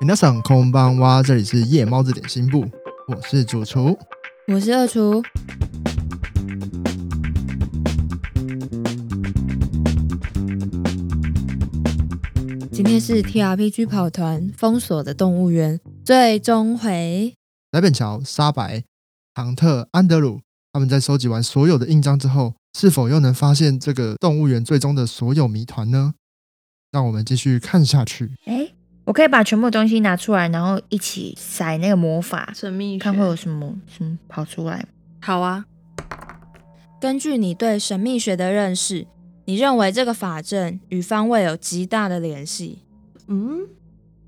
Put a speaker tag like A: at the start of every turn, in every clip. A: 皆さんこんばんは，这里是夜猫子点心部，我是主厨。
B: 我是二厨，今天是 TRPG 跑团封锁的动物园最终回，
A: 莱本乔、沙白、杭特、安德鲁，他们在收集完所有的印章之后，是否又能发现这个动物园最终的所有谜团呢？让我们继续看下去。
C: 哎，我可以把全部东西拿出来，然后一起撒那个魔法，
D: 神秘
C: 看会有什么什么跑出来。
D: 好啊，
B: 根据你对神秘学的认识，你认为这个法阵与方位有极大的联系。
D: 嗯，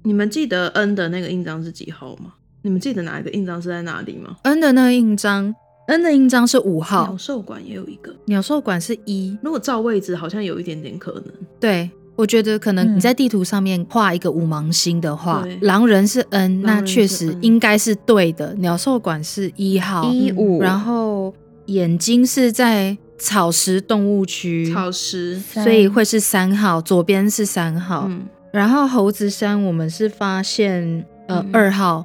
D: 你们记得 N 的那个印章是几号吗？你们记得哪一个印章是在哪里吗？
E: N 的那个印章，N 的印章是五号
D: 鸟，兽馆也有一个，
E: 鸟兽馆是一。
D: 如果照位置，好像有一点点可能。
E: 对，我觉得可能
C: 嗯
E: 你在地图上面画一个五芒星的话，
D: 对
E: 狼人是
D: 狼
E: N，那
D: 人是
E: 确实
D: N
E: 应该是对的。鸟兽馆是一号，
C: 一五，
E: 然后眼睛是在草食动物区，
D: 草石，
C: 三
E: 所以会是三号，左边是三号。
D: 嗯，
E: 然后猴子山我们是发现呃
D: 嗯
E: 二、号，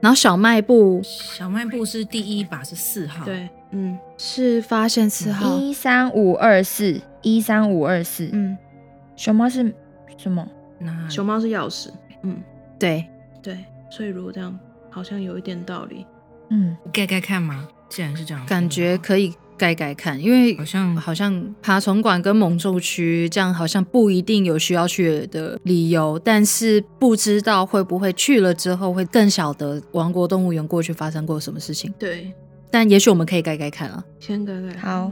E: 然后小卖部
F: 小卖部是第一把是四号，，
D: 对，嗯，
E: 是发现四号，
C: 一三五二四，一三五二四。
E: 嗯，
C: 熊猫是什么？
F: 那
D: 熊猫是钥匙，嗯，
E: 对，
D: 对，所以如果这样，好像有一点道理。
C: 嗯，
F: 盖盖看嘛，既然是这样，
E: 感觉可以改改看，因为
F: 哦好像
E: 好像爬虫馆跟猛兽区这样好像不一定有需要去的理由，但是不知道会不会去了之后会更晓得王国动物园过去发生过什么事情，
D: 对，
E: 但也许我们可以改改看啊。
D: 先改改。
C: 好，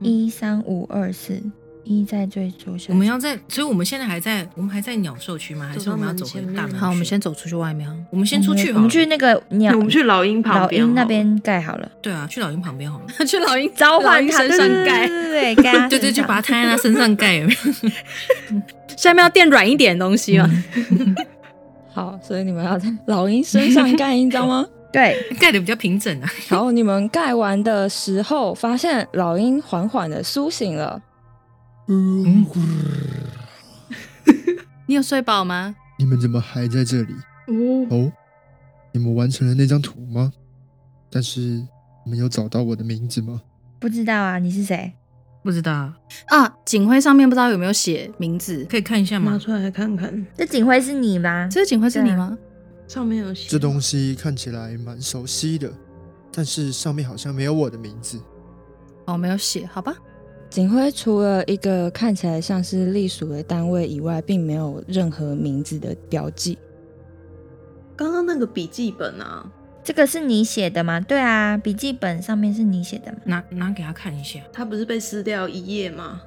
D: 嗯
C: 一三五二四，一在最左下角。
F: 我们要在，所以我们现在还在，我们还在鸟兽区吗？还是我们要走回大门区？
E: 好，我们先走出去外面啊。
F: 我们先出去好了
C: 我们去那个鸟，
D: 那 我们去老鹰旁
C: 老
D: 边好了，
C: 鹰那边盖好了，
F: 对啊，去老鹰旁边好了。
E: 去老鹰
C: 召
E: 老
C: 唤
E: 鹰
C: 它，
E: 身
C: 对对
E: 上
C: 对
E: 盖，
C: 对对对，盖它
F: 对对，
C: 身
F: 就
C: 上
F: 把它摊在他身上盖，有没有
E: 下面要垫软一点的东西 嘛。
G: 好，所以你们要在老鹰身上盖印章 吗？
C: 对，
F: 盖的比较平整啊。
G: 然后你们盖完的时候，发现老鹰缓缓的苏醒了。
A: 嗯，
E: 你有睡饱吗？
A: 你们怎么还在这里？
D: 哦，
A: 哦，你们完成了那张图吗？但是你们有找到我的名字吗？
C: 不知道啊，你是谁？
F: 不知道啊，
E: 啊，警徽上面不知道有没有写名字？
F: 可以看一下
D: 拿
F: 吗？
D: 出来看看，
C: 这警徽是你吗？
E: 这个警徽
D: 啊
E: 是你吗？
D: 上面有写
A: 这东西看起来蛮熟悉的，但是上面好像没有我的名字。
E: 哦，没有写，好吧。
G: 警徽除了一个看起来像是隶属的单位以外，并没有任何名字的标记。
D: 刚刚那个笔记本啊，
C: 这个是你写的吗？对啊，笔记本上面是你写的吗？
F: 拿拿给他看一下。
D: 它不是被撕掉一页吗？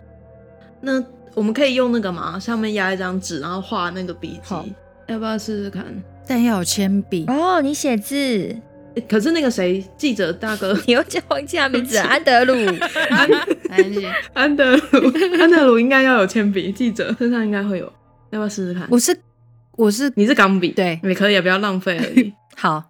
D: 那我们可以用那个嘛，上面压一张纸，然后画那个笔
G: 好
D: 记，要不要试试看？
E: 但要有铅笔。
C: 哦，你写字，
D: 诶可是那个谁，记者大哥
C: 你又叫忘记他名字了，安德鲁。
D: 安安德鲁， 安德鲁应该要有铅笔，记者身上应该会有，要不要试试看？
E: 我是我是
D: 你是钢笔，
E: 对
D: 也可以，不要浪费而已。
E: 好，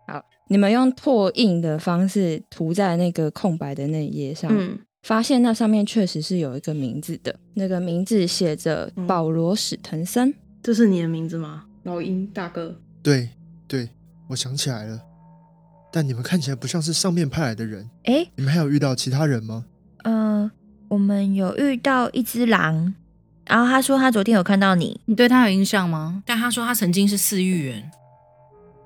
G: 你们用拓印的方式涂在那个空白的那一页上，
D: 嗯，
G: 发现那上面确实是有一个名字的，那个名字写着
D: 嗯
G: 保罗史滕森。
D: 这是你的名字吗？老鹰大哥，
A: 对，对，我想起来了。但你们看起来不像是上面派来的人。
C: 诶，
A: 你们还有遇到其他人吗？
C: 呃，我们有遇到一只狼，然后他说他昨天有看到你，
E: 你对他有印象吗？
F: 但他说他曾经是饲育员，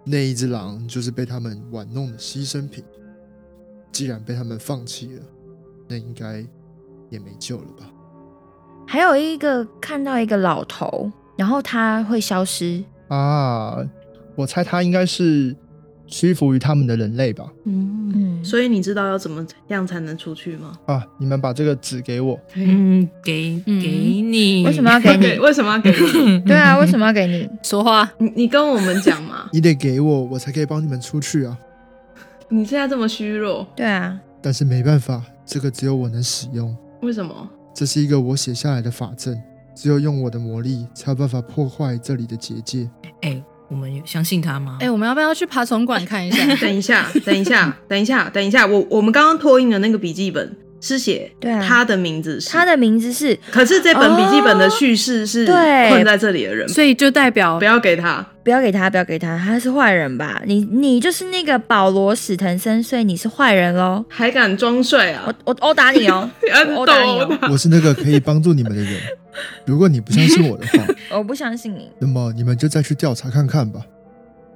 A: 那一只狼就是被他们玩弄的牺牲品。既然被他们放弃了，那应该也没救了吧？
C: 还有一个看到一个老头，然后他会消失。
A: 啊，我猜他应该是屈服于他们的人类吧？
D: 嗯，
C: 嗯，
D: 所以你知道要怎么样才能出去吗？
A: 啊，你们把这个纸给我。
F: 嗯，给
E: 嗯
F: 给你，
C: 为什么要给
D: 对，
C: 你？
D: 为什么要给你？
C: 对啊，为什么要给你？
E: 说话，
D: 你你跟我们讲嘛，
A: 你得给我，我才可以帮你们出去啊。
D: 你现在这么虚弱，
C: 对啊，
A: 但是没办法，这个只有我能使用，
D: 为什么？
A: 这是一个我写下来的法阵，只有用我的魔力才有办法破坏这里的结界。
F: 哎、我们相信他吗？
E: 哎、我们要不要去爬虫馆看一下？
D: 等一下，等一下，等一下，等一下，我我们刚刚拓印的那个笔记本是写
C: 对啊
D: 他的名字是，
C: 他的名字是
D: 可是这本笔记本的叙事是
C: 哦对
D: 困在这里的人，
E: 所以就代表
D: 不要给他。
C: 不要给他，不要给他，他是坏人吧？你你就是那个保罗史滕森，所以你是坏人喽！
D: 还敢装睡啊，
C: 我？我殴打你 哦
D: 安
C: 我殴
D: 斗
C: 打你
D: 殴
C: 哦！
D: 打，
A: 我是那个可以帮助你们的人。如果你不相信我的话，
C: 我不相信你，
A: 那么你们就再去调查看看吧。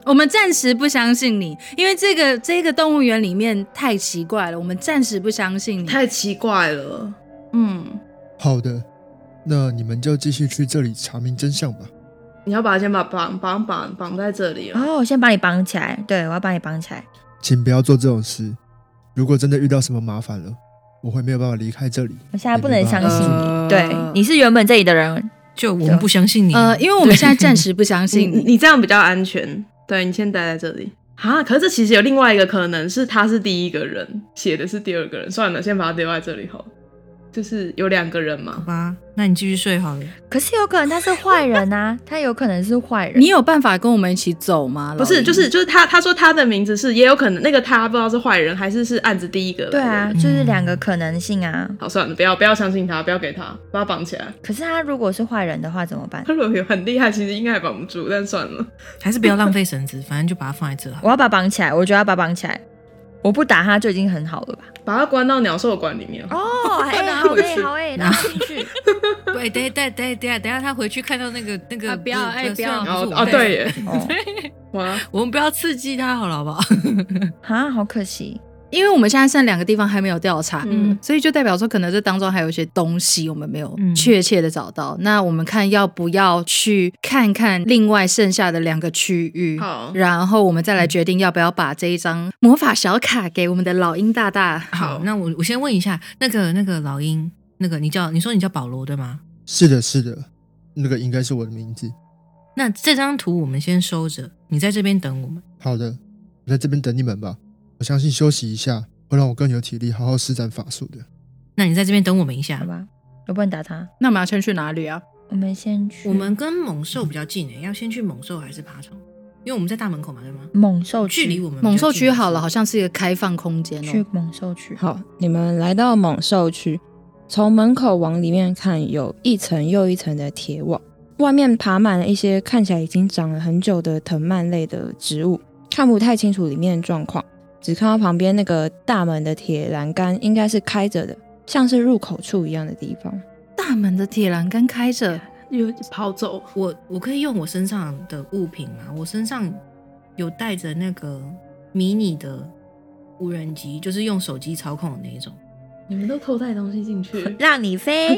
E: 我们暂时不相信你，因为这个这个动物园里面太奇怪了，我们暂时不相信你。
D: 太奇怪了。嗯，
A: 好的，那你们就继续去这里查明真相吧。
D: 你要把他先把绑绑绑绑在这里
C: 然
D: 哦。
C: 后我先把你绑起来，对我要把你绑起来。
A: 请不要做这种事。如果真的遇到什么麻烦了，我会没有办法离开这里。
C: 我现在不能相信
A: 也没办法
E: 呃
C: 你，对，你是原本这里的人，
F: 就我们不相信你啊。
E: 呃，因为我们现在暂时不 相
D: 你
E: 信
D: 你
E: 你，
D: 你这样比较安全。对你先待在这里。啊，可是这其实有另外一个可能是他是第一个人，写的是第二个人。算了，先把他丢在这里好了。就是有两个人
F: 好
D: 嘛，
F: 吧，那你继续睡好了。
C: 可是有可能他是坏人 啊，他有可能是坏人。
E: 你有办法跟我们一起走吗？
D: 不
E: 老
D: 是，
E: 林
D: 就是就是他他说他的名字是，也有可能那个他不知道是坏人还是是案子第一个来的
C: 对啊，就是两个可能性啊。
D: 好，算了，不要不要相信他，不要给他，把他绑起来。
C: 可是他如果是坏人的话怎么办
D: 他？如果有很厉害，其实应该也绑不住，但算了。
F: 还是不要浪费绳子，反正就把它放在这好了。
C: 我要把他绑起来，我就要把他绑起来。我不打他就已经很好了吧？
D: 把他关到鸟兽馆里面。
C: 哦，哎、好哎、好哎、然后进去。
F: 对，等一等等一等一下等一下，他回去看到那个那个，
E: 啊不要哎不要
D: 然后
F: 哦
D: 哦，对，耶，
C: 哦，
D: 哇，
F: 我们不要刺激他好了，好不好？
C: 啊，好可惜。
E: 因为我们现在剩两个地方还没有调查，
B: 嗯
E: 所以就代表说可能这当中还有一些东西我们没有
F: 嗯
E: 确切的找到。那我们看要不要去看看另外剩下的两个区域，
D: 好
E: 然后我们再来决定要不要把这一张魔法小卡给我们的老鹰大大。
F: 好， 那我我先问一下，那个那个老鹰，那个你叫你说你叫保罗对吗？
A: 是的，是的，那个应该是我的名字。
F: 那这张图我们先收着，你在这边等我们。
A: 好的，我在这边等你们吧。我相信休息一下会让我更有体力，好好施展法术的。
F: 那你在这边等我们一下
C: 好。吧，我不能打他。
E: 那我们要先去哪里啊？
C: 我们先去。
F: 我们跟猛兽比较近诶、要先去猛兽还是爬虫？因为我们在大门口嘛，对吗？
C: 猛兽区
F: 距离我们比较
E: 嗯猛兽
F: 近
E: 区好了，
F: 是
E: 好像是一个开放空间
C: 去
E: 哦。
C: 猛兽区。，
G: 好，你们来到猛兽区，从门口往里面看，有一层又一层的铁网，外面爬满了一些看起来已经长了很久的藤蔓类的植物，看不太清楚里面的状况，只看到旁边那个大门的铁栏杆应该是开着的，像是入口处一样的地方。
E: 大门的铁栏杆开着，
D: 有跑走，
F: 我我可以用我身上的物品吗？我身上有带着那个迷你的无人机，就是用手机操控的那一种。
D: 你们都偷带东西进去
C: 让你飞，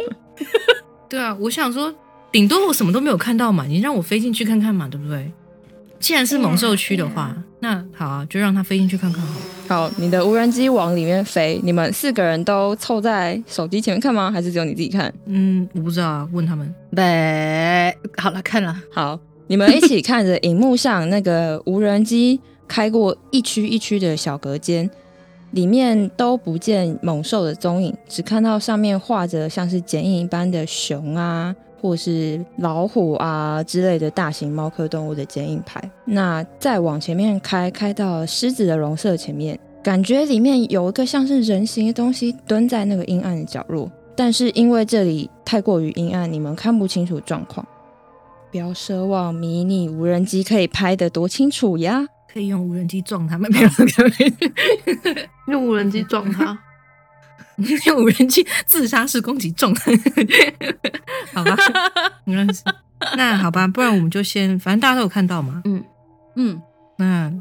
F: 对啊，我想说，顶多我什么都没有看到嘛，你让我飞进去看看嘛，对不对？既然是猛兽区的话，那好啊，就让它飞进去看看好了。
G: 好，你的无人机往里面飞，你们四个人都凑在手机前面看吗？还是只有你自己看？
F: 嗯，我不知道啊，问他们。
E: 呗，好了，看了，
G: 好，你们一起看着荧幕上那个无人机开过一区一区的小隔间，里面都不见猛兽的踪影，只看到上面画着像是剪影一般的熊啊，或是老虎啊之类的大型猫科动物的剪影牌。那再往前面开，开到狮子的笼舍前面，感觉里面有一个像是人形的东西蹲在那个阴暗的角落，但是因为这里太过于阴暗，你们看不清楚状况。不要奢望迷你无人机可以拍得多清楚呀！
F: 可以用无人机撞他们，没有？没有
D: 用无人机撞他。
F: 用无人机自杀式攻击中，好吧，没关系。那好吧，不然我们就先，反正大家都有看到嘛。
E: 嗯，
F: 那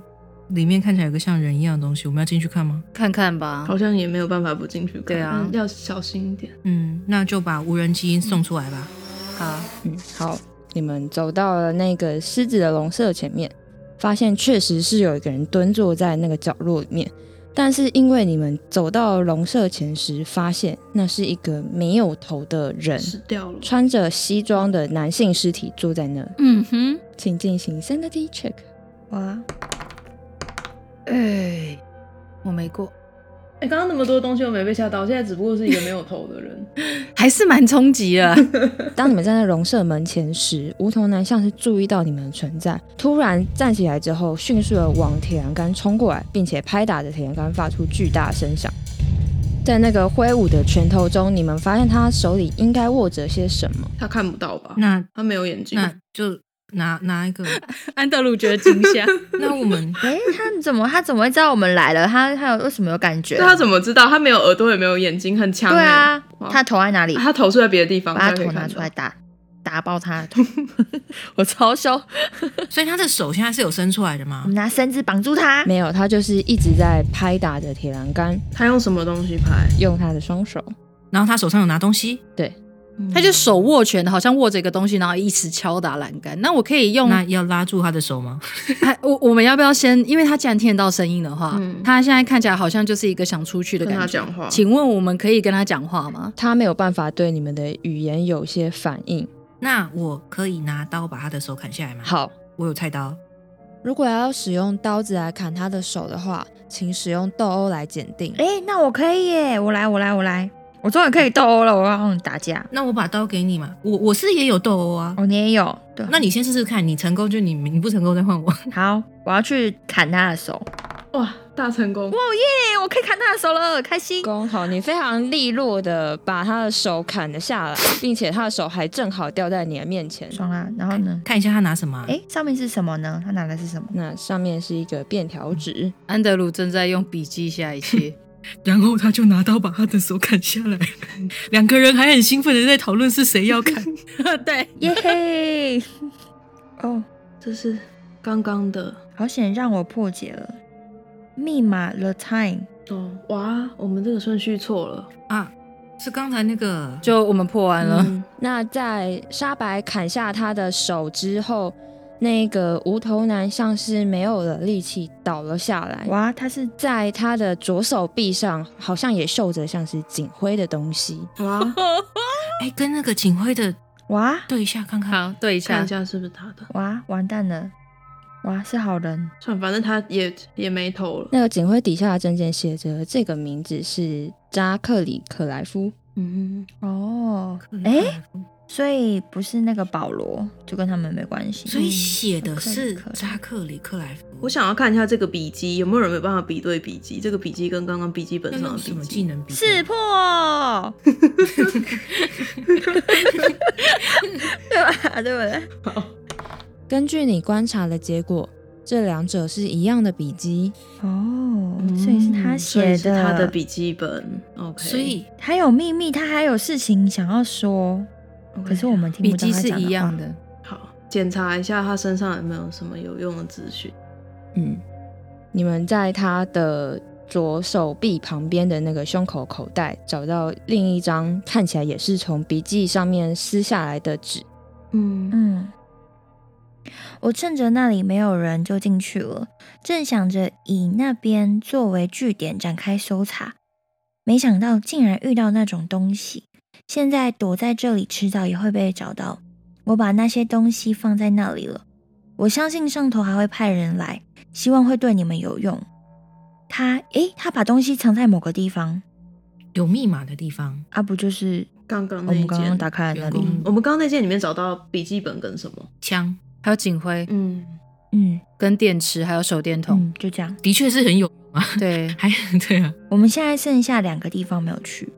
F: 里面看起来有个像人一样的东西，我们要进去看吗？
E: 看看吧。
D: 好像也没有办法不进去看，
E: 对啊
D: 嗯要小心一点。
F: 嗯，那就把无人
D: 嗯
F: 机送出来吧。
E: 好，
G: 嗯，好，你们走到了那个狮子的笼舍前面，发现确实是有一个人蹲坐在那个角落里面，但是因为你们走到笼舍前时，发现那是一个没有头的人，
D: 死掉了，
G: 穿着西装的男性尸体坐在那，
E: 嗯哼，
G: 请进行 sanity check。
C: 哇，
E: 哎，我没过，
D: 哎、刚刚那么多东西我没被吓到，现在只不过是一个没有头的人。
E: 还是蛮冲击 的。
G: 当你们站在笼舍门前时，无头男像是注意到你们的存在，突然站起来之后，迅速的往铁栏杆冲过来，并且拍打着铁栏杆发出巨大的声响。在那个挥舞的拳头中，你们发现他手里应该握着些什么。
D: 他看不到吧？
F: 那
D: 他没有眼睛，
F: 那就拿拿一个。
E: 安德鲁觉得惊吓，
F: 那我们
C: 哎，他们怎么他怎么会知道我们来了？他他有为什么有感觉？
D: 对他怎么知道？他没有耳朵，也没有眼睛，很强、欸。
C: 对啊
D: 哇，
C: 他头在哪里
D: 啊，？他头是在别的地方，
C: 把
D: 大
C: 他
D: 家可
C: 头
D: 以
C: 拿
D: 看
C: 出
D: 到
C: 来打打爆他的头， 我超凶，
F: 所以他的手现在是有伸出来的吗
D: 嗯
C: 我？们拿绳子绑住
B: 啊
C: 他。
G: 没有，他就是一直在拍打着铁栏杆，
D: 他用什么东西拍？
G: 用他的双手。
F: 然后他手上有拿东西，
E: 他就手握拳，好像握着一个东西，然后一直敲打栏杆。那我可以用，
F: 那要拉住他的手吗？
E: 哎我我们要不要先？因为他既然听得到声音的话，
D: 嗯
E: 他现在看起来好像就是一个想出去的
D: 跟
E: 感
D: 他
E: 觉。
D: 讲话。
E: 请问我们可以跟他讲话
B: 啊
E: 吗？
G: 他没有办法对你们的语言有些反应。
F: 那我可以拿刀把他的手砍下来吗？，
G: 好，
F: 我有菜刀。
B: 如果要使用刀子来砍他的手的话，请使用斗殴来检定。
C: 哎，那我可以耶，我来，我来，我来，我终于可以斗殴了，我要跟你打架。
F: 那我把刀给你嘛，我我是也有斗殴啊。
C: 哦，你也有，对，
F: 那你先试试看，你成功就你，你不成功再换我。
C: 好，我要去砍他的手。
D: 哇，大成功！
C: 哎，我可以砍他的手了，开心。
G: 公好，你非常利落的把他的手砍了下来，并且他的手还正好掉在你的面前。
C: 爽啦，然后呢？
F: 看一下他拿什么啊、
C: 哎，上面是什么呢？他拿的是什么？
G: 那上面是一个便条纸，
E: 安德鲁正在用笔记下一切。
F: 然后他就拿刀把他的手砍下来，两个人还很兴奋的在讨论是谁要砍。
E: 对，
C: 耶嘿！ 哦，
D: 这是刚刚的
C: 好险让我破解了密码 The Time。
D: 哦。哇，我们这个顺序错了。
F: 啊，是刚才那个就
E: 就我们破案了。
D: 嗯
G: 那在沙白砍下他的手之后，那个无头男像是没有了力气倒了下来，
C: 哇，他是
G: 在他的左手臂上好像也绣着像是警徽的东西。
D: 哇，
F: 哎、跟那个警徽的
C: 哇
F: 对一下看看。
E: 好，对一
D: 看
E: 下
D: 一，下是不是他的？
C: 哇，完蛋了！哇，是好人，
D: 算了，反正他也也没头了。
G: 那个警徽底下的证件写着这个名字是扎克里克莱夫，
D: 嗯，
C: 哦，哎
F: 哎，
C: 所以不是那个保罗，就跟他们没关系。
F: 所以写的是
C: 嗯
F: 扎克里克莱夫。
D: 我想要看一下这个笔记有没有人没办法比对笔记，这个笔记跟刚刚笔记本
F: 要
D: 上
F: 用
D: 的
F: 什
D: 笔
F: 么技
D: 记。
F: 能比？
C: 识破， 对吧？对不对？
B: 根据你观察的结果，这两者是一样的笔迹。
C: 哦，所以是他
D: 嗯所以
C: 写
D: 是
C: 的，
D: 他的笔记本。OK，
F: 所以
C: 他有秘密，他还有事情想要说，
D: OK，
C: 可是我们听
E: 笔
C: 不到
E: 记
C: 他
E: 是
C: 讲
E: 一样
C: 的
E: 的。
D: 好检查一下他身上有没有什么有用的资讯。
G: 嗯，你们在他的左手臂旁边的那个胸口口袋找到另一张看起来也是从笔记上面撕下来的纸，
C: 话。
D: 嗯
C: 嗯，我趁着那里没有人就进去了，正想着以那边作为据点展开搜查，没想到竟然遇到那种东西。现在躲在这里，迟早也会被找到。我把那些东西放在那里了，我相信上头还会派人来，希望会对你们有用。他，诶，他把东西藏在某个地方，
F: 有密码的地方，
C: 啊，不就是哦
D: 刚刚
C: 我
D: 那一
C: 们刚刚
D: 件，
C: 打开的那里？
F: 员
D: 我们刚刚那件里面找到笔记本跟什么？
F: 枪
E: 还有警徽、
D: 嗯，
C: 嗯
E: 跟电池，还有手电
D: 哦
E: 筒。
C: 嗯，就这样。
F: 的确是很有啊。
E: 对，
F: 还对啊，
C: 我们现在剩下两个地方没有去，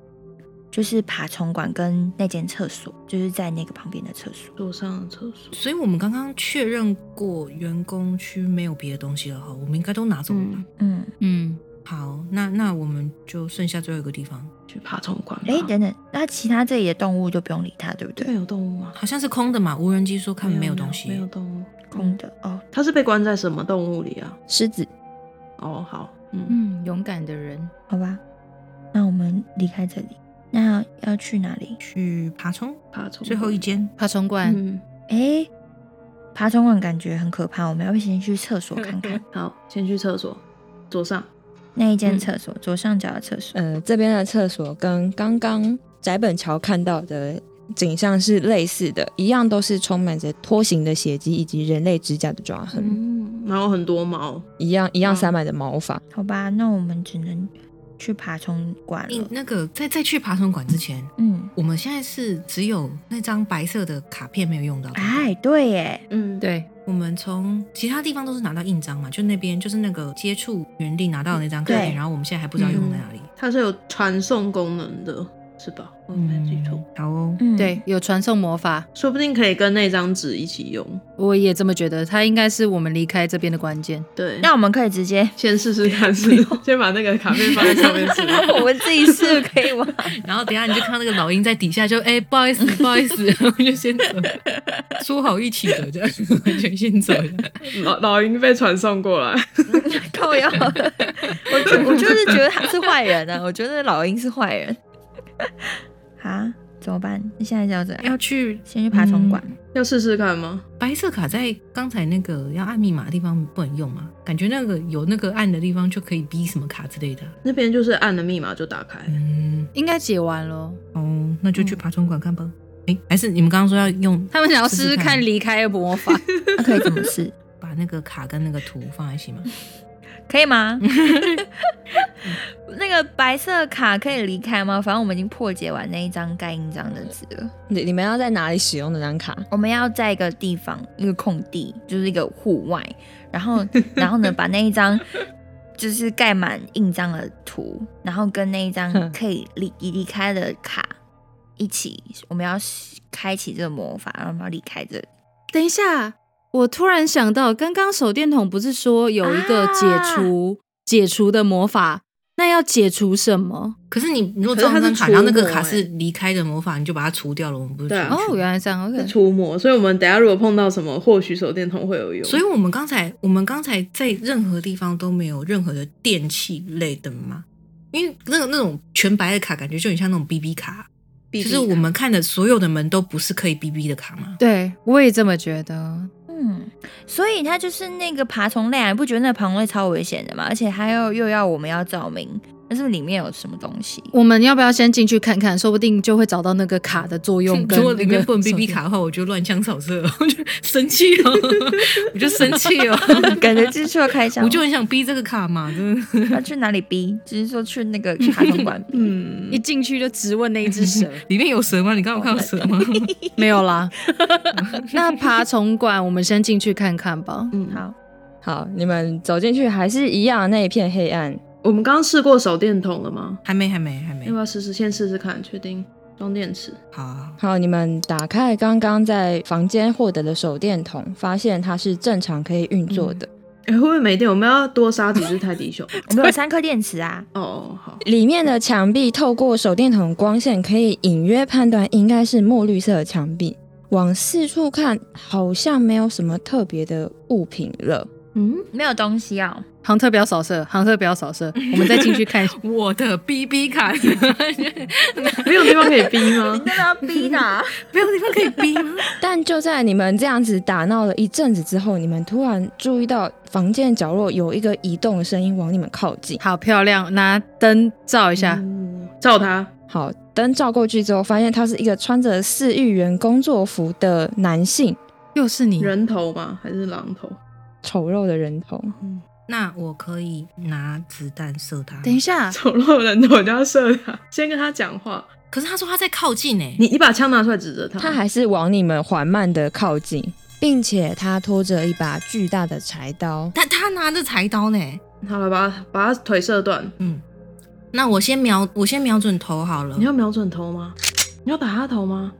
C: 就是爬虫馆跟那间厕所，就是在那个旁边的厕所。
D: 坐上了厕所。
F: 所以我们刚刚确认过员工区没有别的东西了哈，我们应该都拿走了吧。
C: 嗯，
E: 嗯，
F: 好，那那我们就剩下最后一个地方，
D: 去爬虫馆吧。
C: 哎，等等，那其他这里的动物就不用理它，对不
D: 这
C: 对？
D: 边有动物吗？
F: 好像是空的嘛，无人机说看没有东西，
D: 没有动物，
C: 空。的哦，
D: 它是被关在什么动物里啊？
G: 狮子。
D: 哦，好，嗯，
E: 嗯，勇敢的人。
C: 好吧，那我们离开这里。那要去哪里？
F: 去爬虫，
D: 爬虫馆
F: 最后一间。
E: 爬虫馆、
D: 嗯，
C: 哎，爬虫馆感觉很可怕，我们要不要先去厕所看 看？
D: 好，先去厕所，左上。
C: 那一间厕所，左上角的厕所。
G: 呃，这边的厕所跟刚刚翟本桥看到的景象是类似的，一样都是充满着拖行的血迹以及人类指甲的抓痕，
D: 嗯，然后很多毛，
G: 一样一样
D: 哦
G: 塞满着毛发。
C: 好吧，那我们只能去爬虫馆
F: 你
C: 了。
F: 那个在在去爬虫馆之前，
C: 嗯，
F: 我们现在是只有那张白色的卡片没有用到。对不对
C: 哎，对耶，
D: 嗯，
E: 对，
F: 我们从其他地方都是拿到印章嘛，就那边就是那个接触原地拿到的那张卡
C: 对
F: 片，然后我们现在还不知道用在哪里。
D: 它是有传送功能的。是吧？我没记错，
F: 好哦，
C: 嗯，
E: 对，，有传送魔法，
D: 说不定可以跟那张纸一起用。
E: 我也这么觉得，它应该是我们离开这边的关键。
D: 对，，
C: 那我们可以直接
D: 先试试看，是先把那个卡片 放在上面 吃。
C: 我们自己试可以吗？
F: 然后等一下你就看到那个老鹰在底下就，哎，不好意思，不好意思，我就先走，说好一起的，这样我就先走了。
D: 老老鹰被传送过来，
C: 靠腰， 我就我就是觉得他是坏人啊，我觉得老鹰是坏人。 啊，怎么办？那现在要怎样？
F: 要去
C: 先去爬虫馆。
D: 要试试看吗？
F: 白色卡在刚才那个要按密码的地方不能用嘛？感觉那个有那个按的地方就可以逼什么卡之类的。啊
D: 那边就是按了密码就打开。
F: 嗯，
E: 应该解完了。
F: 哦，那就去爬虫馆看吧。哎、还是你们刚刚说要用
E: 他们想要试试看离开的魔法，
C: 那、啊可以怎么试？
F: 把那个卡跟那个图放在一起吗？
C: 可以吗？ 那个白色卡可以离开吗？反正我们已经破解完那一张盖印章的纸了。
G: 你你们要在哪里使用那张卡？
C: 我们要在一个地方，一个空地，就是一个户外，然后 然后呢，把那一张就是盖满印章的图，然后跟那一张
G: 哼
C: 可以离离开的卡一起，我们要开启这个魔法，然后我们要离开这里。
E: 等一下，我突然想到，刚刚手电筒不是说有一个解除、解除的魔法？那要解除什么？
F: 可是你如果
D: 可是
F: 照
D: 它
F: 那张
D: 是
F: 卡，
D: 除
F: 然后那个
D: 魔
F: 卡
D: 欸
F: 是离开的魔法，你就把它除掉了。我们不是
D: 对啊
F: 除去
E: 哦，原来这样
D: 是
E: ，OK。
D: 除魔，所以我们等一下如果碰到什么，或许手电筒会有用。
F: 所以我们刚才我们刚才在任何地方都没有任何的电器类的吗？因为那个那种全白的卡，感觉就很像那种 BB 卡，
D: 毕
F: 就
D: 竟
F: 是我们看的所有的门都不是可以 BB 的卡吗？
E: 对，我也这么觉得。
C: 嗯，所以它就是那个爬虫类啊，你不觉得那爬虫类超危险的吗？而且还要又要我们要照明，但是里面有什么东西？
E: 我们要不要先进去看看？说不定就会找到那个卡的作用跟
F: 如果里面
E: 那个
F: 不能 BB
E: 手
F: 卡的话，我就乱枪扫射， 我就生气 哦，我就生气哦，
C: 感觉就是要开箱，
F: 我就很想逼这个卡嘛，真的。
C: 要去哪里逼？只是说去那个卡通馆逼。
E: 电
D: 嗯
E: 一，进去就直问那一只 蛇，
F: 里面有蛇吗？你刚刚有看到蛇吗？
E: 没有啦。 那爬虫馆我们先进去看看 吧。
D: 嗯
C: 好，
G: 好，你们走进去还是一样那一片黑暗，
D: 我们刚刚试过手电筒了吗？
F: 还没，还没，还没
D: 要不。要试试？先试试看，确定装电池。
F: 好好，好
G: 好，你们打开刚刚在房间获得的手电筒，发现它是正常可以运作的，
D: 哎、会不会没电？我们要多杀几只泰迪熊？
C: 我们有三颗电池啊，
D: 哦，好，
G: 里面的墙壁透过手电筒光线，可以隐约判断应该是墨绿色的墙壁。往四处看，好像没有什么特别的物品了。
D: 嗯，
C: 没有东西哦。
E: 杭特不要扫射，杭特不要扫射，我们再进去看一下。
F: 我的 BB 卡，
D: 没有地方可以逼吗
C: 你？真的要逼 呢？
F: 没有地方可以逼吗？
G: 但就在你们这样子打闹了一阵子之后，你们突然注意到房间角落有一个移动的声音往你们靠近。
E: 好漂亮，拿灯照一下。
D: 嗯照它，
G: 好，灯照过去之后，发现他是一个穿着饲育员工作服的男性，
E: 又是你，
D: 人头吗？还是狼头？
G: 丑陋的人头。
F: 那我可以拿子弹射他。
E: 等一，下，
D: 丑陋的人头我就要射它，先跟他讲话。
F: 可是他说他在靠近哎、
D: 你你把枪拿出来指
H: 嗯
D: 着它，
G: 他还是往你们缓慢的靠近，并且他拖着一把巨大的柴刀。
F: 但他拿着柴刀呢、
D: 好了，把它把它腿射断。
F: 嗯，那我先瞄，我先瞄准头好了。
D: 你要瞄准头吗？你要打他头吗？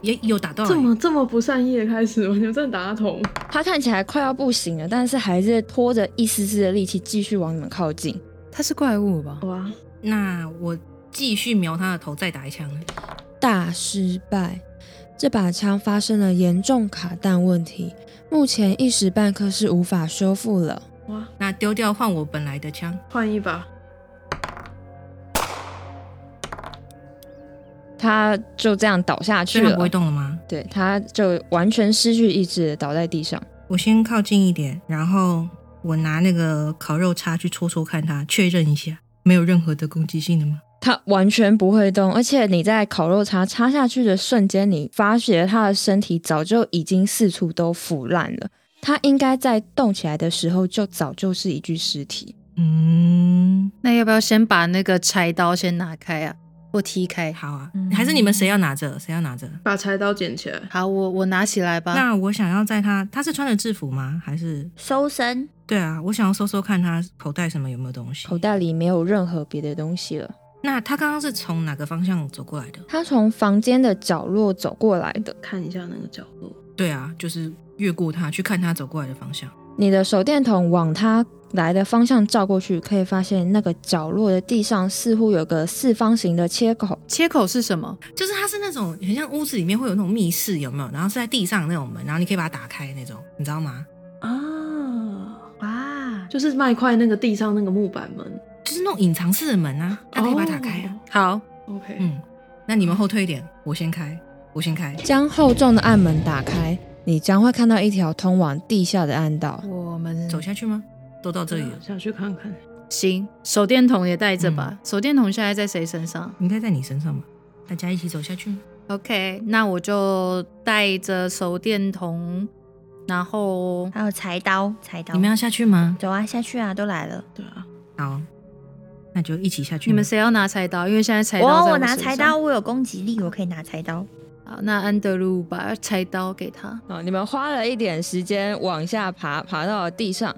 F: 也有打到、欸，
D: 这么这么不善意的开始吗？你们真的打他头吗？
G: 他看起来快要不行了，但是还是拖着一丝丝的力气继续往你们靠近。
E: 他是怪物吧？
D: 哇，
F: 那我继续瞄他的头，再打一枪。
H: 大失败。这把枪发生了严重卡弹问题，目前一时半刻是无法修复了。
F: 那丢掉换我本来的枪，
D: 换一把，
G: 他就这样倒下
F: 虽
G: 去
D: 啊
F: 然不会
G: 了，
F: 动了吗？
G: 对，他就完全失去意志，倒在地上。
F: 我先靠近一点，然后我拿那个烤肉叉去戳戳看它，确认一下没有任何的攻击性的吗？
G: 他完全不会动，而且你在烤肉叉插下去的瞬间，你发觉他的身体早就已经四处都腐烂了。他应该在动起来的时候，就早就是一具尸体。
F: 嗯，
E: 那要不要先把那个柴刀先拿开啊，或踢开？
F: 好啊，
C: 嗯
F: 还是你们谁要拿着？谁要拿着？
D: 把柴刀捡起来。
E: 好，我我拿起来
D: 啊
E: 吧。
F: 那我想要在他，他是穿着制服吗？还是
C: 搜身，
F: 对啊，我想要搜搜看他口袋什么有没有东西。
G: 口袋里没有任何别的东西了。
F: 那他刚刚是从哪个方向走过来的？
G: 他从房间的角落走过来的，
D: 看一下那个角落，
F: 对啊，就是越过他去看他走过来的方向。
G: 你的手电筒往他来的方向照过去，可以发现那个角落的地上似乎有个四方形的切口。
E: 切口是什么？
F: 就是它是那种很像屋子里面会有那种密室，有没有？然后是在地上那种门，然后你可以把它打开那种，你知道吗？
D: 啊，
B: 哇，
D: 就是麦块那个地上那个木板门。
F: 就是那种隐藏式的门啊，它可以把它打开
E: 哦
F: 啊。好，
D: 哦 OK，、
F: 嗯，那你们后退一点，我先开，我先开。
H: 将厚重的暗门打开，你将会看到一条通往地下的暗道。
E: 我们
F: 走下去吗？都到这里了，
D: 啊想去看看。
E: 行，手电筒也带着吧。手电筒现在在谁身上
F: 应该在你身上吧？大家一起走下去吗？
E: ？OK，那我就带着手电筒，然后
C: 还有柴刀，柴刀。
F: 你们要下去吗？
C: 走啊，下去啊，都来了。
D: 对啊，
F: 好，那就一起下去。
E: 你们谁要拿菜刀？因为现在菜刀在
C: 我
E: 我
C: 哦我拿
E: 手上
C: 柴刀，。我有攻击力，我可以拿柴刀。
E: 好，那安德鲁把菜刀给他。
G: 啊，你们花了一点时间往下爬，爬到了地上。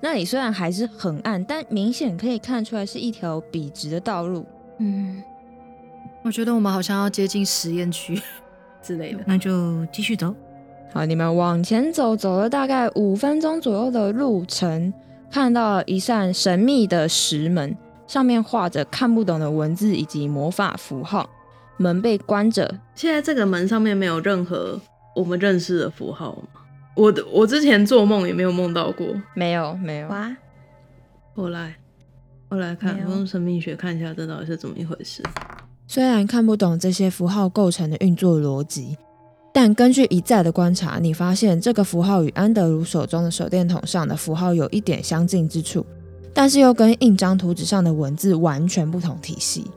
G: 那里虽然还是很暗，但明显可以看出来是一条笔直的道路。
E: 嗯，我觉得我们好像要接近实验区之类的。
F: 那就继续走。
G: 好，你们往前走，走了大概五分钟左右的路程，看到了一扇神秘的石门，上面画着看不懂的文字以及魔法符号。门被关着，
D: 现在这个门上面没有任何我们认识的符号吗？我的我之前做梦也没有梦到过。
G: 没有，没有。
C: 哇，
D: 我来，我来看
C: 没，有
D: 我用神秘学看一下这到底是怎么一回事。
H: 虽然看不懂这些符号构成的运作逻辑，但根据一再的观察，你发现这个符号与安德鲁手中的手电筒上的符号有一点相近之处，但是又跟印章图纸上的文字完全不同体系。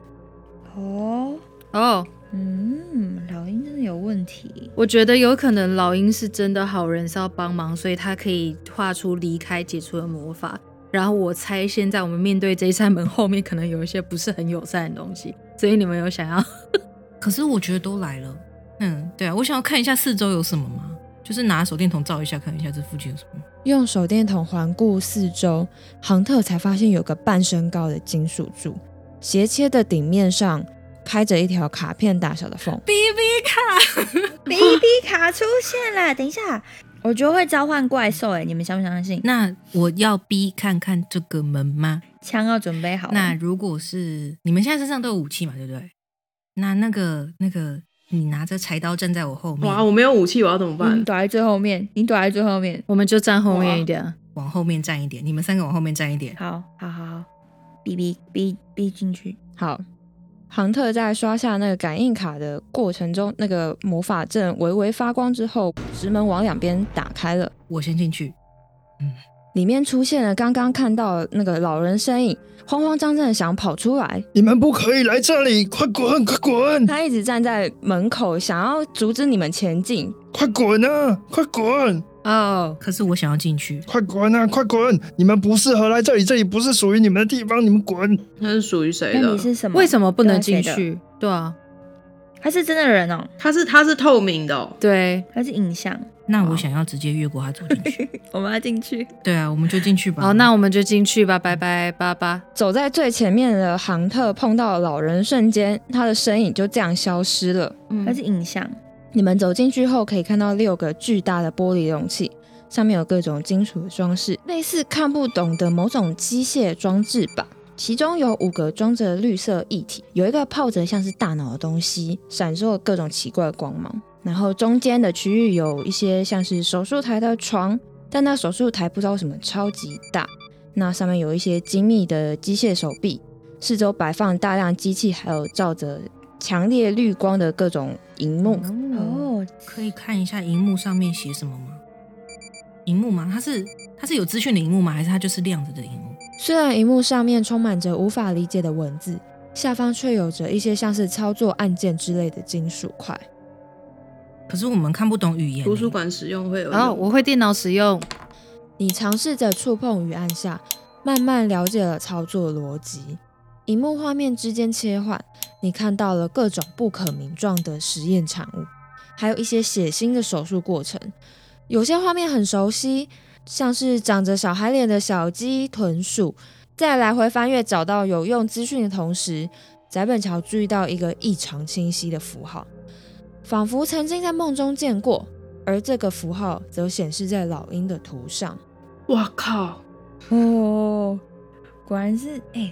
C: 哦，
E: 哦，
C: 嗯，老鹰真的有问 题。
E: 我觉得有可能老鹰是真的好人，是要帮忙，所以他可以画出离开解除的魔法。然后我猜现在我们面对这一扇门后面可能有一些不是很友善的东西，所以你们有想要
F: 可是我觉得都来了。嗯，对啊，我想要看一下四周有什么吗？就是拿手电筒照一下，看一下这附近有什么。
H: 用手电筒环顾四周，杭特才发现有个半身高的金属柱，斜切的顶面上开着一条卡片大小的缝。
F: B B 卡，
C: B B 卡出现了，等一下，我觉得会召唤怪兽哎、你们相不相信？
F: 那我要 B 看看这个门吗？
C: 枪要准备好了。
F: 那如果是你们现在身上都有武器嘛，对不对？那那个那个，你拿着柴刀站在我后面，
D: 哇，我没有武器，我要怎么办
C: 你？躲在最后面，你躲在最后面。
E: 我们就站后面一点啊。
F: 往后面站一点，你们三个往后面站一点。
C: 好，好，好，好，B B B B 进去。
G: 好，杭特在刷下那个感应卡的过程中，那个魔法阵微微发光之后，石门往两边打开了，
F: 我先进去，
G: 里面出现了刚刚看到那个老人身影，慌慌张张的想跑出来，
A: 你们不可以来这里，快滚，快滚，
G: 他一直站在门口，想要阻止你们前进。
A: 快滚啊，快滚，
E: 哦，
F: 可是我想要进去。
A: 快滚啊，快滚！你们不适合来这里，这里不是属于你们的地方，你们滚！
D: 那是属于谁
C: 那
D: 的
C: 你？是什么？
E: 为什么不能进
C: 对啊？谁的
E: 去？对啊，
C: 他是真的人哦，
D: 它是它是透明的、哦，
E: 对，
C: 他是影像。
F: 那我想要直接越过他走进 去。
C: 我们要进去。
F: 对啊，我们就进去吧。
E: 好，那我们就进去吧，拜拜，爸爸。
G: 走在最前面的杭特碰到老人，瞬间他的身影就这样消失了。
E: 嗯
C: 它是影像，
G: 你们走进去后，可以看到六个巨大的玻璃容器，上面有各种金属的装饰，类似看不懂的某种机械装置吧。其中有五个装着绿色液体，有一个泡着像是大脑的东西，闪烁各种奇怪的光芒。然后中间的区域有一些像是手术台的床，但那手术台不知道为什么超级大，那上面有一些精密的机械手臂，四周摆放大量机器，还有照着强烈绿光的各种荧幕。
E: 嗯
C: 哦，
F: 可以看一下荧幕上面写什么吗？荧幕吗？它是它是有资讯的荧幕吗？还是它就是亮着的荧幕？
H: 虽然荧幕上面充满着无法理解的文字，下方却有着一些像是操作按键之类的金属块。
F: 可是我们看不懂语言欸、
D: 图书馆使用会有用。
E: 哦，我会电脑使用。
H: 你尝试着触碰与按下，慢慢了解了操作逻辑。荧幕画面之间切换，你看到了各种不可名状的实验产物，还有一些血腥的手术过程。有些画面很熟悉，像是长着小孩脸的小鸡、豚鼠。在来回翻阅找到有用资讯的同时，
G: 翟本桥注意到一个异常清晰的符号，仿佛曾经在梦中见过，而这个符号则显示在老鹰的图上。
D: 哇靠！
C: 哦，果然是哎、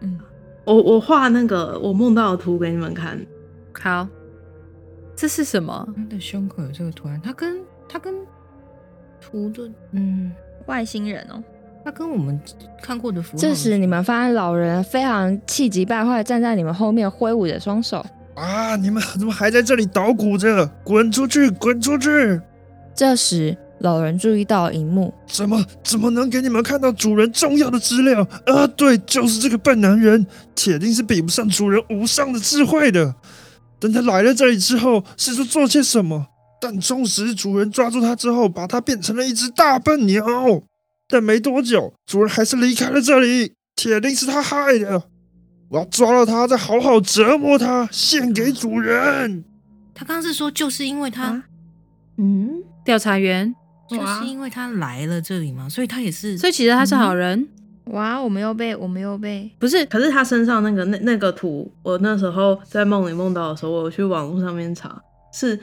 C: 嗯，
D: 我我画那个我梦到的图给你们看，
E: 好，这是什么？
F: 他的胸口有这个图案，它跟它跟图的，嗯，
C: 外星人 哦，
F: 它跟我们看过的符号，
I: 这时，你们发现老人非常气急败坏，站在你们后面挥舞着双手。
A: 啊！你们怎么还在这里捣鼓着？滚出去！滚出去！
G: 这时，老人注意到荧幕，
A: 怎么怎么能给你们看到主人重要的资料？啊，对，就是这个笨男人，铁定是比不上主人无上的智慧的。等他来了这里之后，试图做些什么？但忠实主人抓住他之后，把他变成了一只大笨鸟。但没多久，主人还是离开了这里，铁定是他害的。我要抓到他，再好好折磨他，献给主人。
F: 他刚刚是说，就是因为他、
C: 啊
E: 嗯，调查员，
F: 就是因为他来了这里嘛，所以他也是，
E: 所以其实他是好人，
C: 哇，我们又被我们又被
E: 不是
D: 可是他身上那个那那个图，我那时候在梦里梦到的时候，我有去网络上面查，是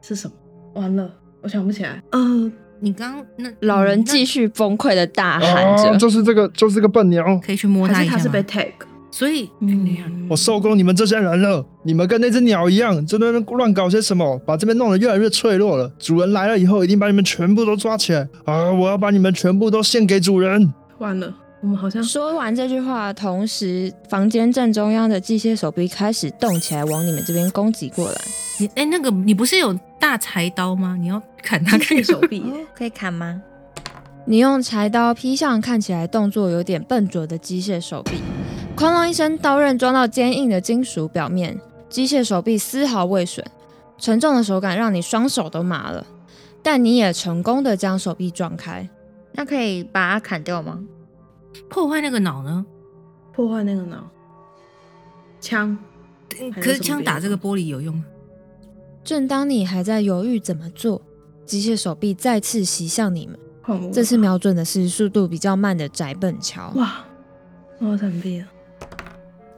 D: 是什么？完了，我想不起来。呃，
F: 你刚刚那嗯
I: 老
C: 嗯
I: 人继
F: 继续
I: 续崩溃的大喊
A: 啊，
I: 着，
A: 就是这个，就是这个笨鸟。
F: 可以去摸
D: 可
F: 他一
D: 是
F: 下
D: 他
F: 吗
D: 是被 tag，
F: 所以嗯，
A: 哎我受够你们这些人了！你们跟那只鸟一样，在那边乱搞些什么，把这边弄得越来越脆弱了。主人来了以后，一定把你们全部都抓起来啊！我要把你们全部都献给主人。
D: 完了，我们好像
I: 说完这句话，同时房间正中央的机械手臂开始动起来，往你们这边攻击过来。
F: 你哎、那个你不是有大柴刀吗？你要砍他看
D: 手臂耶，
C: 可以砍吗？
G: 你用柴刀劈向看起来动作有点笨拙的机械手臂，哐啷一声，刀刃撞到坚硬的金属表面，机械手臂丝毫未损，沉重的手感让你双手都麻了，但你也成功的将手臂撞开。
C: 那可以把它砍掉吗？
F: 破坏那个脑呢？
D: 破坏那个脑枪，还有
F: 可是
D: 什么
F: 枪
D: 别
F: 打
D: 的
F: 这个玻璃有用吗？
G: 正当你还在犹豫怎么做，机械手臂再次袭向你们，
D: 换我
G: 这次
D: 吧
G: 瞄准的是速度比较慢的翟本桥。
D: 哇，我闪避了。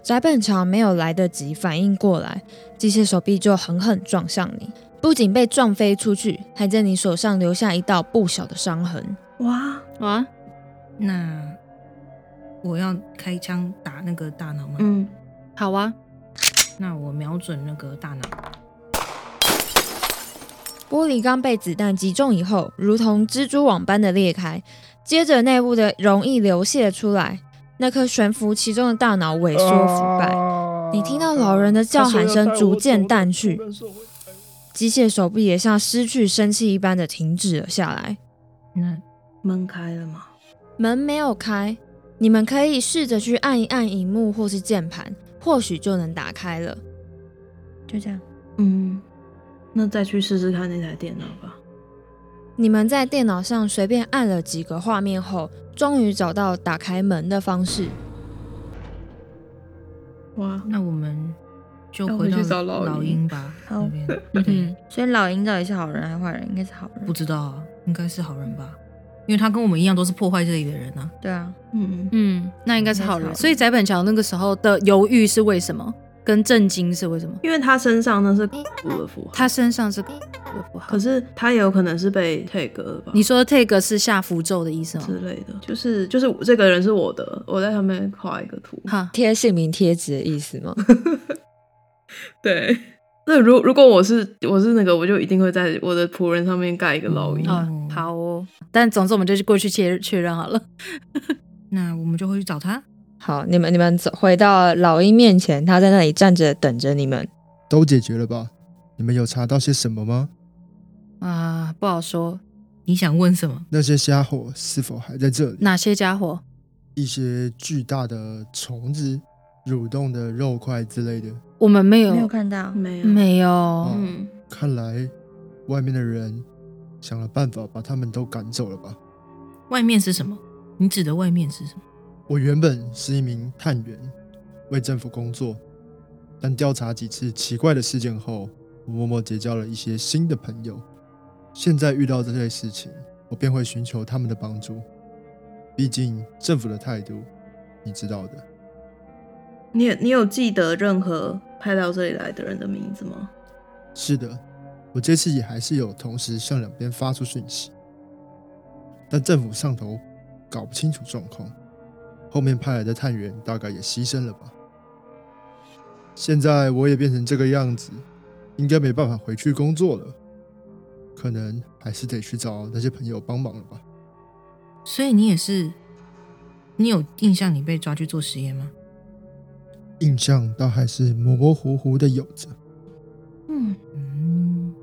G: 翟本桥没有来得及反应过来，机械手臂就狠狠撞向你，不仅被撞飞出去，还在你手上留下一道不小的伤痕。
D: 哇，
E: 啊，
F: 那我要开枪打那个大脑吗？
D: 嗯，
E: 好啊，
F: 那我瞄准那个大脑，
G: 玻璃缸被子弹击中以后，如同蜘蛛网般的裂开，接着内部的溶液流泻出来，那颗悬浮其中的大脑萎缩腐败。
A: 啊
G: 你听到老人的叫喊声逐渐淡去，机械手臂也像失去生气一般的停止了下来。
F: 那
D: 门开了吗？
G: 门没有开，你们可以试着去按一按荧幕或是键盘，或许就能打开了。
C: 就这样，
D: 嗯，那再去试试看那台电脑吧。
G: 你们在电脑上随便按了几个画面后，终于找到打开门的方式。
D: 哇，
F: 那我们就
D: 要
F: 回
D: 回
F: 到
D: 去找老鹰
F: 鹰吧。
C: 好
F: 那边
C: 嗯，所以老鹰到底是好人还是坏人？应该是好人
F: 不。知道啊，应该是好人吧，因为他跟我们一样都是破坏这里的人啊。
C: 对啊，
D: 嗯，
E: 嗯，那应该是好
C: 应该是好
E: 人。
C: 人
E: 所以翟本桥那个时候的犹豫是为什么？跟震惊是为什么？
D: 因为他身上那是古的符号，
E: 他身上是我不好
D: 可。是他也有可能是被 tag 了吧？
E: 你说 take 是下符咒的意思
D: 之
E: 吗？
D: 类的，就是就是我这个人是我的，我在上面画一个图。
E: 哈，
I: 贴姓名贴纸的意思 吗？
D: 对， 那如如果我是我是那个，我就一定会在我的仆人上面盖一个老鹰。
F: 嗯
E: 啊，好哦。但总之我们就去过去确确认 好了。
F: 那我们就会去找他。
I: 好，你们你们走回到老鹰面前，他在那里站着等着你们。
J: 都解决了吧？你们有查到些什么吗？
E: 啊，不好说。
F: 你想问什么？
J: 那些虾火是否还在这里？
E: 哪些家伙？
J: 一些巨大的虫子、蠕动的肉块之类的，
E: 我们没有，
C: 没有看到，
D: 没有，
E: 嗯没有
D: 嗯，
J: 看来外面的人想了办法把他们都赶走了吧？
F: 外面是什么？你指的外面是什么？
J: 我原本是一名探员，为政府工作，但调查几次奇怪的事件后，我默默结交了一些新的朋友。现在遇到这类事情，我便会寻求他们的帮助。毕竟政府的态度，你知道的。
D: 你有你有记得任何派到这里来的人的名字吗？
A: 是的，我这次也还是有同时向两边发出讯息，但政府上头搞不清楚状况，后面派来的探员大概也牺牲了吧。现在我也变成这个样子，应该没办法回去工作了，可能还是得去找那些朋友帮忙了吧。
F: 所以你也是，你有印象你被抓去做实验吗？
A: 印象倒还是模模糊糊的有着。
C: 嗯，
F: 嗯，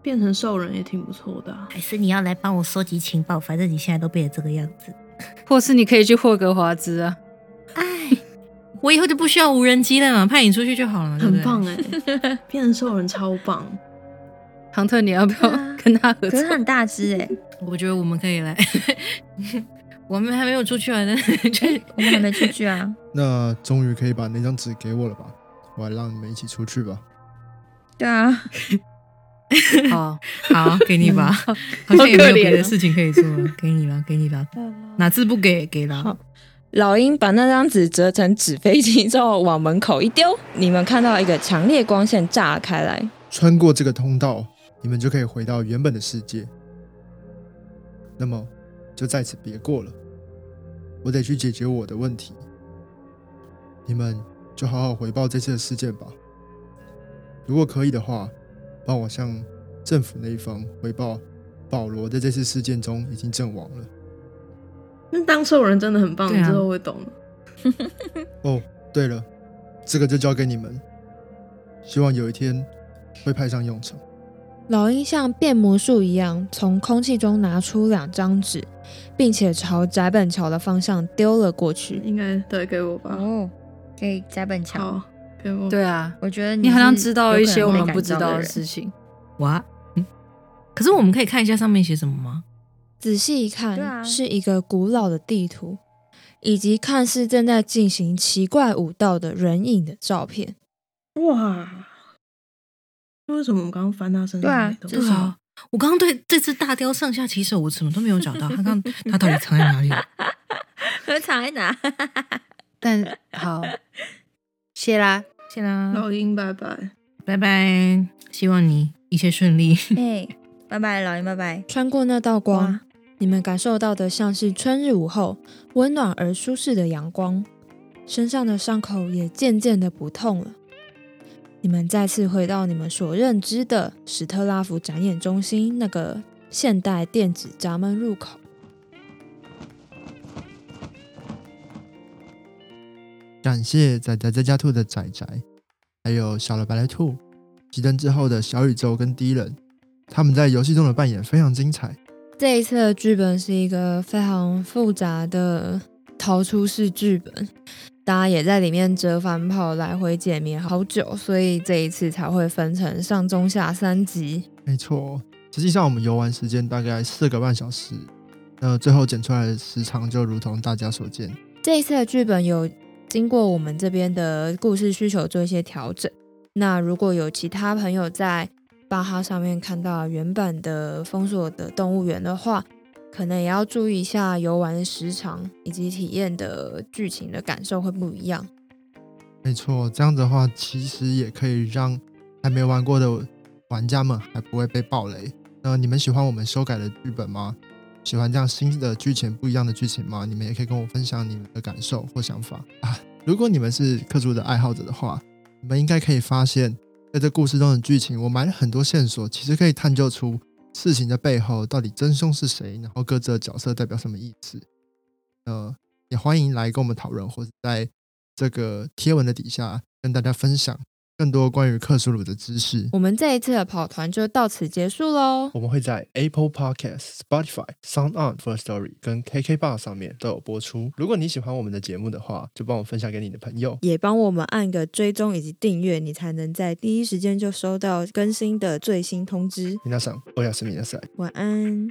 D: 变成兽人也挺不错的、啊。
K: 还是你要来帮我收集情报？反正你现在都变成这个样子。
E: 或是你可以去霍格华兹啊。
K: 哎，
F: 我以后就不需要无人机了嘛，派你出去就好了嘛，对不
D: 很
F: 对
D: 棒哎、变成兽人超棒。
E: 唐特，你要不
C: 对
E: 要
C: 啊
E: 跟他合
C: 可
E: 作
C: 是？很大只 哎，
F: 我觉得我们可以来， 我们还没有出去玩呢，就是
C: 我们还没出去啊。
A: 那终于可以把那张纸给我了吧？我还让你们一起出去吧。
C: 对啊，
E: 好，
F: 好给你吧，好像也没有别的事情可以做了，给你了，给你了，哪次不给给了
L: 好？老鹰把那张纸折成纸飞机之后往门口一丢，你们看到一个强烈光线炸开来，
A: 穿过这个通道，你们就可以回到原本的世界。那么，就在此别过了。我得去解决我的问题。你们就好好回报这次的事件吧。如果可以的话，帮我向政府那一方回报，保罗在这次事件中已经阵亡了。
D: 那当兽人真的很棒，
F: 对啊
D: 你之后会懂的。
A: 哦，对了，这个就交给你们，希望有一天会派上用场。
G: 老鹰像变魔术一样从空气中拿出两张纸，并且朝翟本桥的方向丢了过去。
D: 应该对，给我吧。
C: 哦，给翟本强，
D: 好，给我。
E: 对啊，
C: 我觉得
E: 你
C: 是
E: 好像知道
C: 嗯
E: 一
C: 有可
E: 些
C: 能
E: 我
C: 被
E: 们
C: 感
E: 不知
C: 召
E: 道
C: 的
E: 的
C: 人
E: 事情。
F: 哇，嗯可是我们可以看一下上面写什么吗？
G: 仔细一看，
C: 对啊
G: 是一个古老的地图，以及看似正在进行奇怪舞蹈的人影的照片。
D: 哇，那为什么我们刚刚翻他身上
C: 对啊
D: 那东西？
C: 这是
F: 对啊，我刚刚对这只大雕上下其手，我什么都没有找到，它刚它到底藏在哪里？
C: 我藏在哪？
E: 但 好，谢啦。
F: 谢啦，
D: 老鹰，拜拜。
F: 拜拜，希望你一切顺利。
C: 哎，拜拜，老鹰，拜拜。
G: 穿过那道光
C: 哇，
G: 你们感受到的像是春日午后温暖而舒适的阳光，身上的伤口也渐渐的不痛了。你们再次回到你们所认知的史特拉福展演中心那个现代电子闸门入口。
A: 感谢仔仔在家兔的仔仔，还有小了白来兔，熄灯之后的小宇宙跟低人，他们在游戏中的扮演非常精彩。
G: 这一次的剧本是一个非常复杂的逃出式剧本，大家也在里面折返跑来回解谜好久，所以这一次才会分成上中下三集。
A: 没错，哦实际上我们游玩时间大概四个半小时，那最后剪出来的时长就如同大家所见。
G: 这一次的剧本有经过我们这边的故事需求做一些调整。那如果有其他朋友在巴哈上面看到原版的封锁的动物园的话，可能也要注意一下游玩时长以及体验的剧情的感受会不一样。
A: 没错，这样子的话，其实也可以让还没玩过的玩家们还不会被暴雷。那你们喜欢我们修改的剧本吗？喜欢这样新的剧情、不一样的剧情吗？你们也可以跟我分享你们的感受或想法啊。如果你们是克主的爱好者的话，你们应该可以发现，在这故事中的剧情，我埋了很多线索，其实可以探究出事情的背后到底真凶是谁，然后各自的角色代表什么意思。呃，也欢迎来跟我们讨论，或者在这个贴文的底下跟大家分享更多关于克苏鲁的知识。
G: 我们这一次的跑团就到此结束喽。
A: 我们会在 Apple Podcast、Spotify、Sound On、First Story 跟 KK Bar 上面都有播出。如果你喜欢我们的节目的话，就帮我分享给你的朋友。
M: 也帮我们按个追踪以及订阅，你才能在第一时间就收到更新的最新通知。
A: 皆さん、おやすみなさい。
M: 晚安。